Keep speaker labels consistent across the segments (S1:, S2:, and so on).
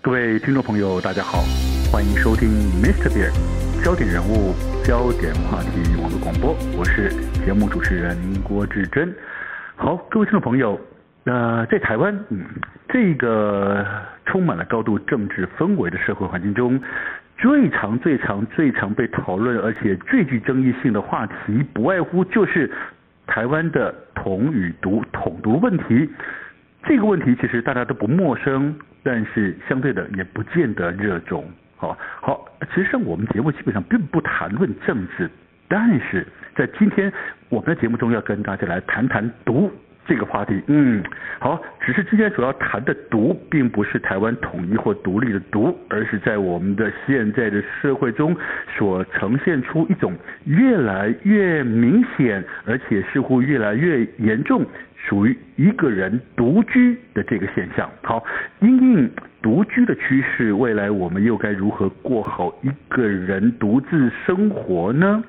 S1: 各位听众朋友，大家好，欢迎收听 Mr. Bear 焦点人物、焦点话题网络广播，我是节目主持人郭志珍。好，各位听众朋友，呃，在台湾，嗯，这个充满了高度政治氛围的社会环境中，最常、最常、最常被讨论而且最具争议性的话题，不外乎就是台湾的统与独、统独问题。这个问题其实大家都不陌生，但是相对的也不见得热衷。好，好，其实上我们节目基本上并不谈论政治，但是在今天我们的节目中要跟大家来谈谈毒这个话题。嗯，好，只是今天主要谈的毒，并不是台湾统一或独立的毒，而是在我们的现在的社会中所呈现出一种越来越明显，而且似乎越来越严重。属于一个人独居的这个现象。好，因应独居的趋势，未来我们又该如何过好一个人独自生活呢？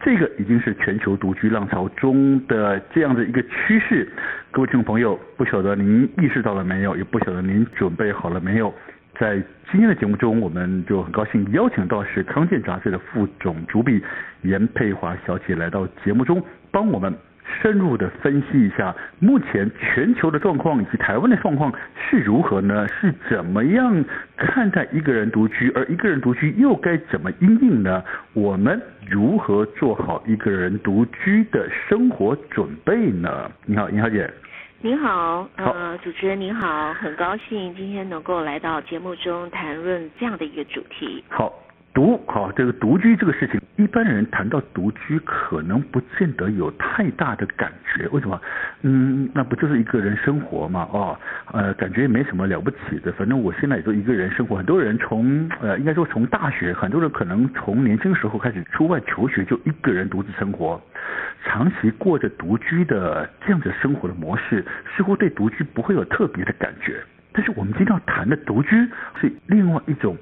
S1: 这个已经是全球独居浪潮中的这样的一个趋势。各位听众朋友，不晓得您意识到了没有，也不晓得您准备好了没有。在今天的节目中，我们就很高兴邀请到是《康健》杂志的副总主笔严佩华小姐来到节目中，帮我们。深入的分析一下目前全球的状况以及台湾的状况是如何呢？是怎么样看待一个人独居，而一个人独居又该怎么应应呢？我们如何做好一个人独居的生活准备呢？你好，尹小姐。
S2: 您好，呃，主持人您好，很高兴今天能够来到节目中谈论这样的一个主题。
S1: 好。独好，这个独居这个事情，一般人谈到独居，可能不见得有太大的感觉。为什么？嗯，那不就是一个人生活嘛，哦，呃，感觉也没什么了不起的。反正我现在也就一个人生活。很多人从呃，应该说从大学，很多人可能从年轻时候开始出外求学，就一个人独自生活，长期过着独居的这样子生活的模式，似乎对独居不会有特别的感觉。但是我们今天要谈的独居是另外一种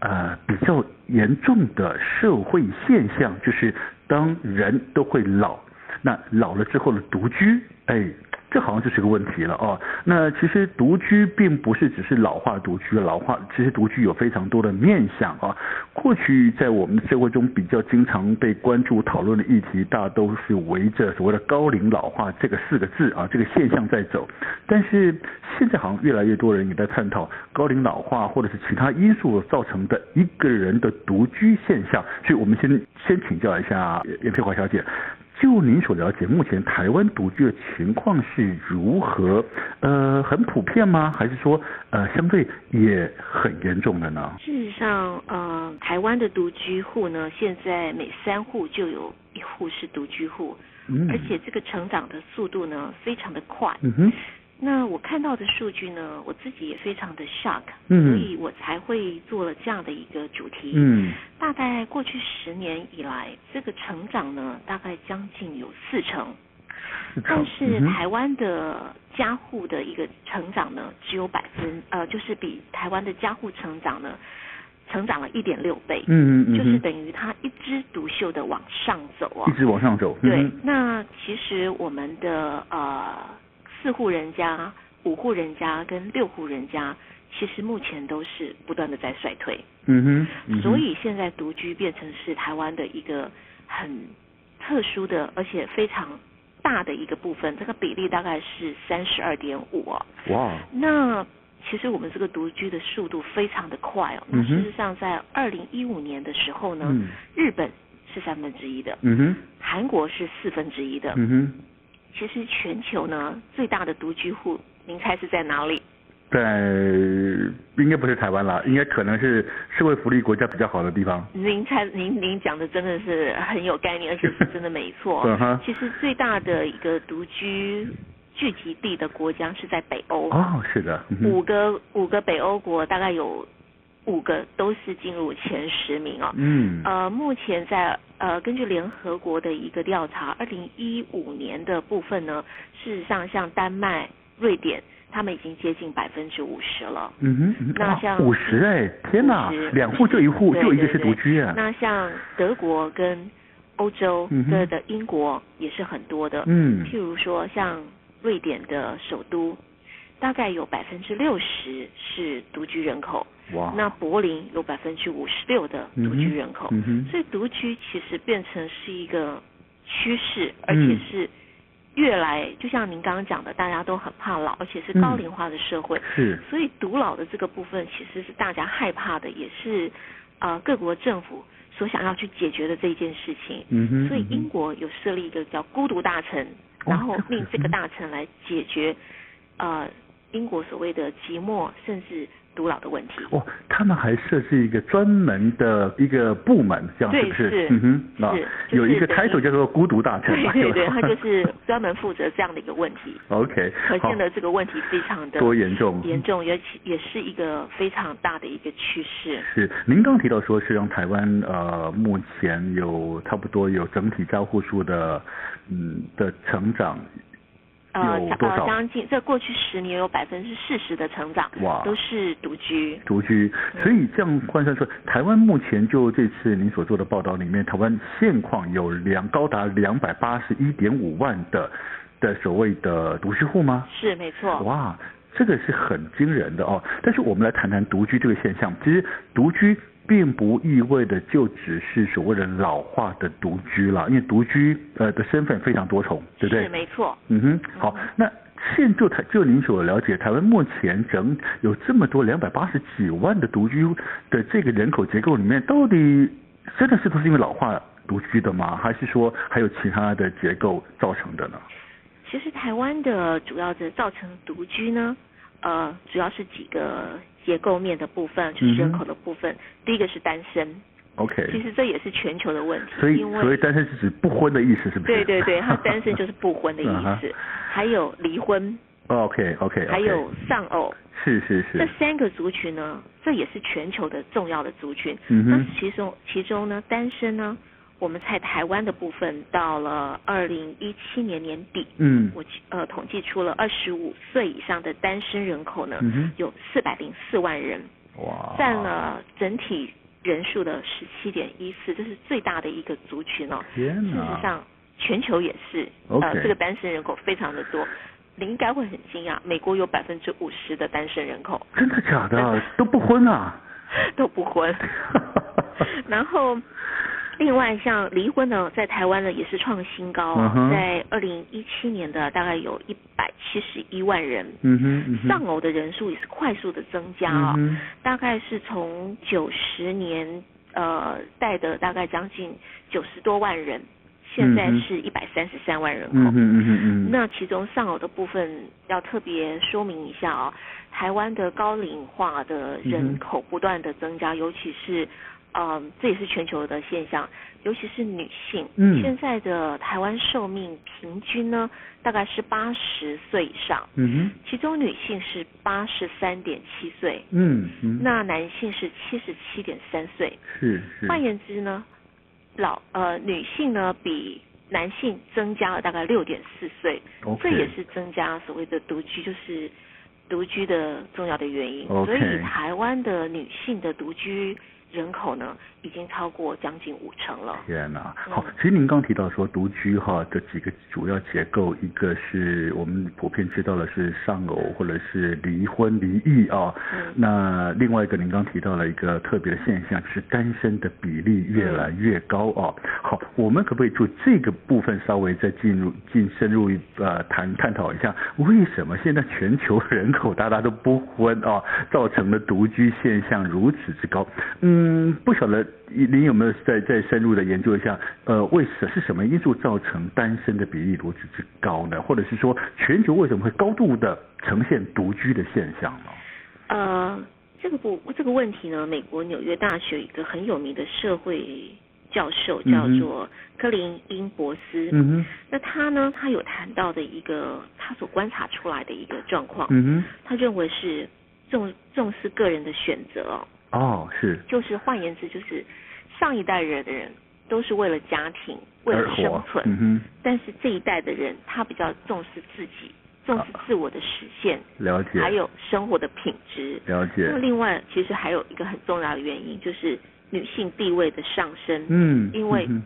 S1: 呃比较严重的社会现象，就是当人都会老，那老了之后的独居，哎，这好像就是个问题了哦。那其实独居并不是只是老化独居，老化其实独居有非常多的面向啊。过去在我们社会中比较经常被关注讨论的议题，大都是围着所谓的高龄老化这个四个字啊这个现象在走，但是。现在好像越来越多人也在探讨高龄老化或者是其他因素造成的一个人的独居现象，所以我们先先请教一下呃叶佩华小姐，就您所了解，目前台湾独居的情况是如何？呃，很普遍吗？还是说呃相对也很严重的呢？
S2: 事实上，呃，台湾的独居户呢，现在每三户就有一户是独居户，
S1: 嗯
S2: 而且这个成长的速度呢，非常的快。
S1: 嗯哼，
S2: 那我看到的数据呢，我自己也非常的 shock，、
S1: 嗯
S2: 所以我才会做了这样的一个主题。
S1: 嗯
S2: 大概过去十年以来，这个成长呢，大概将近有四成，
S1: 是这样
S2: 但是
S1: 嗯哼
S2: 台湾的家户的一个成长呢，只有百分呃，就是比台湾的家户成长呢，成长了一点六倍，
S1: 嗯嗯嗯哼，
S2: 就是等于它一枝独秀的往上走啊、
S1: 一直往上走，嗯
S2: 对
S1: 哼，
S2: 那其实我们的呃四户人家、五户人家跟六户人家，其实目前都是不断的在衰退，
S1: 嗯哼，嗯哼
S2: 所以现在独居变成是台湾的一个很特殊的，而且非常大的一个部分，这个比例大概是三十二点五哦。
S1: 哇，
S2: 那其实我们这个独居的速度非常的快哦。那
S1: 嗯哼
S2: 事实上，在二零一五年的时候呢，
S1: 嗯
S2: 日本是三分之一的，
S1: 嗯哼，
S2: 韩国是四分之一的。
S1: 嗯哼，
S2: 其实全球呢最大的独居户，您猜是在哪里？
S1: 在应该不是台湾啦，应该可能是社会福利国家比较好的地方。
S2: 您猜，您您讲的真的是很有概念，而且是真的没错。
S1: 嗯哼，
S2: 其实最大的一个独居聚集地的国家是在北欧，
S1: 哦，是的，嗯哼
S2: 五个五个北欧国大概有五个都是进入前十名哦。
S1: 嗯，
S2: 呃，目前在呃，根据联合国的一个调查，二零一五年的部分呢，事实上像丹麦、瑞典，他们已经接近百分之五十了。
S1: 嗯哼，嗯
S2: 那
S1: 哇
S2: 像
S1: 五十哎，天哪
S2: 50，
S1: 两户就一户，
S2: 对
S1: 就一个
S2: 对
S1: 是独居啊，
S2: 那像德国跟欧洲
S1: 嗯哼
S2: 的的英国也是很多的，
S1: 嗯
S2: 譬如说像瑞典的首都大概有百分之六十是独居人口，
S1: 哇，
S2: 那柏林有百分之五十六的
S1: 哦嗯
S2: 独
S1: 哼
S2: 居人口，
S1: 嗯哼，
S2: 所以独居其实变成是一个趋势，而
S1: 嗯
S2: 且是越来，就像您刚刚讲的，大家都很怕老，而且是高
S1: 嗯
S2: 龄化的社会，
S1: 是，
S2: 所以独老的这个部分其实是大家害怕的，也是呃各国政府所想要去解决的这一件事情。
S1: 嗯哼，
S2: 所以英
S1: 嗯
S2: 国有设立一个叫孤独大臣，
S1: 哦
S2: 然后令这个
S1: 嗯
S2: 大臣来解 决呃英国所谓的寂寞甚至独老的 问题。
S1: 哼哦，他们还设置一个专门的一个部门，这样
S2: 对
S1: 是不是？
S2: 是
S1: 嗯哼，啊
S2: 是，就是
S1: 有一个
S2: 等于
S1: title 叫做孤独大臣，
S2: 对对对，他就是
S1: 哎呦
S2: 专门负责这样的一个问题。
S1: OK，
S2: 可
S1: 好
S2: 见，的这个问题非常的
S1: 多严重，
S2: 严重，也其也是一个非常大的一个趋势。
S1: 是，您刚提到说，是让台湾呃，目前有差不多有整体交互数的，嗯的成长，
S2: 呃
S1: 有，多
S2: 呃，
S1: 少
S2: 将近这过去十年有百分之四十的成长
S1: 哇
S2: 都是嗯独居。
S1: 独居，所以这样换算说，台湾目前就这次您所做的报道里面，台湾现况有两高达两百八十一点五万的的所谓的独居户吗？
S2: 是没错，
S1: 哇，这个是很惊人的哦。但是我们来谈谈独居这个现象。其实独居并不意味着就只是所谓的老化的独居了，因为独居呃的身份非常多重，对不
S2: 是
S1: 对？
S2: 没错。
S1: 嗯哼，好，那现就台就您所了解，台湾目前整有这么多两百八十几万的独居的这个人口结构里面，到底真的是都是因为老化独居的吗？还是说还有其他的结构造成的呢？
S2: 其实台湾的主要的造成独居呢，呃，主要是几个结构面的部分，
S1: 嗯
S2: 就是人口的部分。第一个是单身，
S1: OK，
S2: 其实这也是全球的问题，
S1: 所以
S2: 因
S1: 所谓
S2: 为
S1: 单身是指不婚的意思，是不是？
S2: 对对 对，他单身就是不婚的
S1: 嗯
S2: 意
S1: 哼
S2: 思，还有离婚，
S1: OK OK，
S2: 还有丧偶。
S1: 是是
S2: 这
S1: 是，
S2: 三个族群呢，这也是全球的重要的族群。
S1: 嗯
S2: 那
S1: 哼，
S2: 其中其中呢，单身呢，我们在台湾的部分，到了二零一七年年底，
S1: 嗯
S2: 我记呃统计出了二十五岁以上的单身人口呢，
S1: 嗯啊
S2: 有四百零四万人，
S1: 哼，哇，
S2: 占了整体人数的十七点一四，这是最大的一个族群哦。
S1: 天
S2: 事
S1: 哪，
S2: 实上，全球也是，
S1: OK
S2: 呃，这个单身人口非常的多。你应该会很惊讶，美国有百分之五十的单身人口
S1: 真的假
S2: 真
S1: 的
S2: 的？
S1: 都不婚啊？
S2: 都不婚。然后，另外像离婚呢，在台湾呢也是创新高
S1: 嗯
S2: 哦，
S1: 哼
S2: 在二零一七年的大概有一百七十一万人，
S1: 嗯哼，嗯哼
S2: 丧偶的人数也是快速的增加
S1: 嗯
S2: 哦，
S1: 哼
S2: 大概是从九十年呃带的大概将近九十多万人，现在
S1: 嗯哼
S2: 是一百三十三万人口。
S1: 嗯哼嗯哼嗯哼，
S2: 那其中丧偶的部分要特别说明一下哦，台湾的高龄化的
S1: 嗯哼
S2: 人口不断的增加，尤其是，嗯、这也是全球的现象，尤其是女性。
S1: 嗯
S2: 现在的台湾寿命平均呢，大概是八十岁以上，
S1: 嗯哼，
S2: 其中女性是八十三点七岁，
S1: 嗯嗯，
S2: 那男性是七十七点三岁。
S1: 是是，
S2: 换言之呢，老呃女性呢比男性增加了大概六点四岁。
S1: OK
S2: 这也是增加所谓的独居，就是独居的重要的原因。
S1: OK
S2: 所以台湾的女性的独居人口呢，已经超过将近五成了。
S1: 天呐，
S2: 嗯
S1: 好，其实您刚提到说独居哈这几个主要结构，一个是我们普遍知道的是丧偶或者是离婚离异啊，
S2: 嗯
S1: 那另外一个您刚提到了一个特别的现象，就是单身的比例越来越高啊。好，我们可不可以就这个部分稍微再进入进深入一呃谈探讨一下，为什么现在全球人口大家都不婚啊，造成的独居现象如此之高？嗯，不晓得您有没有再再深入的研究一下，呃，为什是什么因素造成单身的比例如此之高呢？或者是说全球为什么会高度的呈现独居的现象呢？
S2: 呃，这个不这个问题呢，美国纽约大学有一个很有名的社会教授
S1: 嗯
S2: 叫
S1: 哼
S2: 做科林因博斯。
S1: 嗯哼。
S2: 那他呢，他有谈到的一个他所观察出来的一个状况，
S1: 嗯
S2: 他认为是重重视个人的选择哦。
S1: 哼，哦，是，
S2: 就是换言之，就是上一代人的人都是为了家庭，为
S1: 而
S2: 了
S1: 活，
S2: 生存，
S1: 嗯
S2: 但是这一代的人他比较重视自己，重视自我的实现，
S1: 哼，啊了解，
S2: 还有生活的品质。
S1: 了
S2: 那
S1: 解，
S2: 另外，其实还有一个很重要的原因，就是女性地位的上升，
S1: 嗯，
S2: 因为
S1: 嗯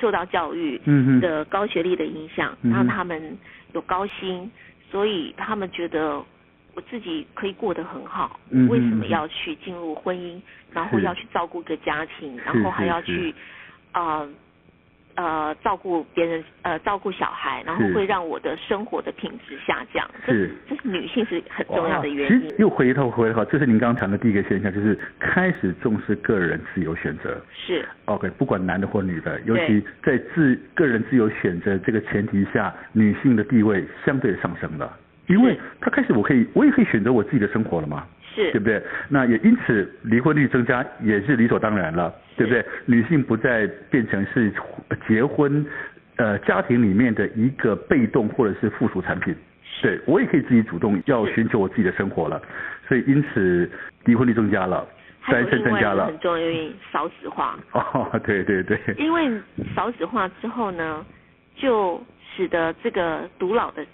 S2: 受到教育
S1: 哼嗯哼，
S2: 的高学历的影响，
S1: 嗯哼
S2: 让他们有高薪，所以他们觉得我自己可以过得很好，
S1: 嗯
S2: 为什
S1: 嗯
S2: 么
S1: 嗯
S2: 要去进入婚姻，然后
S1: 是
S2: 要去照顾一个家庭，
S1: 是
S2: 然后还
S1: 是
S2: 要
S1: 是
S2: 去，呃呃照顾别人，呃照顾小孩，然后
S1: 是
S2: 会让我的生活的品质下降，这
S1: 是哦
S2: 这是女性是很重
S1: 哇
S2: 要的原
S1: 其
S2: 因
S1: 实，又回头回头，这是您刚刚谈的第一个现象，就是开始重视个人自由选择。
S2: 是
S1: OK，不管男的或女的，尤
S2: 对
S1: 其在自个人自由选择这个前提下，女性的地位相对上升了，因为
S2: 是
S1: 她开始我可以，我也可以选择我自己的生活了嘛，对
S2: 是
S1: 不对？那也因此离婚率增加也是理所当然了，对不对？女性不再变成是结婚呃家庭里面的一个被动或者是附属产品，对我也可以自己主动要
S2: 是
S1: 寻求我自己的生活了，所以因此离婚率增加了，
S2: 还有
S1: 单身
S2: 另
S1: 增
S2: 外一
S1: 加
S2: 个
S1: 了
S2: 很。重要的原因，少子化。
S1: 哦，对对对，
S2: 因为少子化之后呢，就使得这个独老的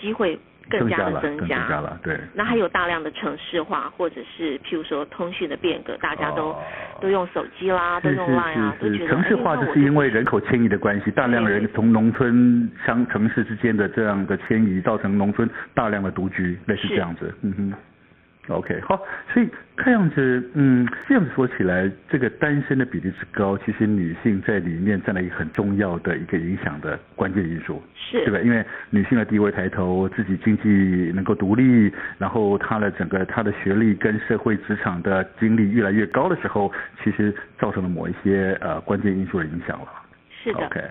S2: 机会更加
S1: 了，
S2: 的
S1: 更增加了，对。
S2: 那还有大量的城市化，或者是譬如说通讯的变革，大家都、
S1: 哦
S2: 都用手机啦，都
S1: 是
S2: 用 Line 啊，
S1: 是是
S2: 都
S1: 是，
S2: 觉得
S1: 城市化就是因为人口迁移的关系，大量的人从农村乡城市之间的这样的迁移，造成农村大量的独居，类似
S2: 是
S1: 这样子。嗯哼。OK，好，所以看样子，嗯，这样说起来，这个单身的比例之高，其实女性在里面占了一个很重要的一个影响的关键因素。
S2: 是
S1: 对吧？因为女性的地位抬头，自己经济能够独立，然后她的整个她的学历跟社会职场的经历越来越高的时候，其实造成了某一些呃关键因素的影响了。
S2: 是的
S1: OK，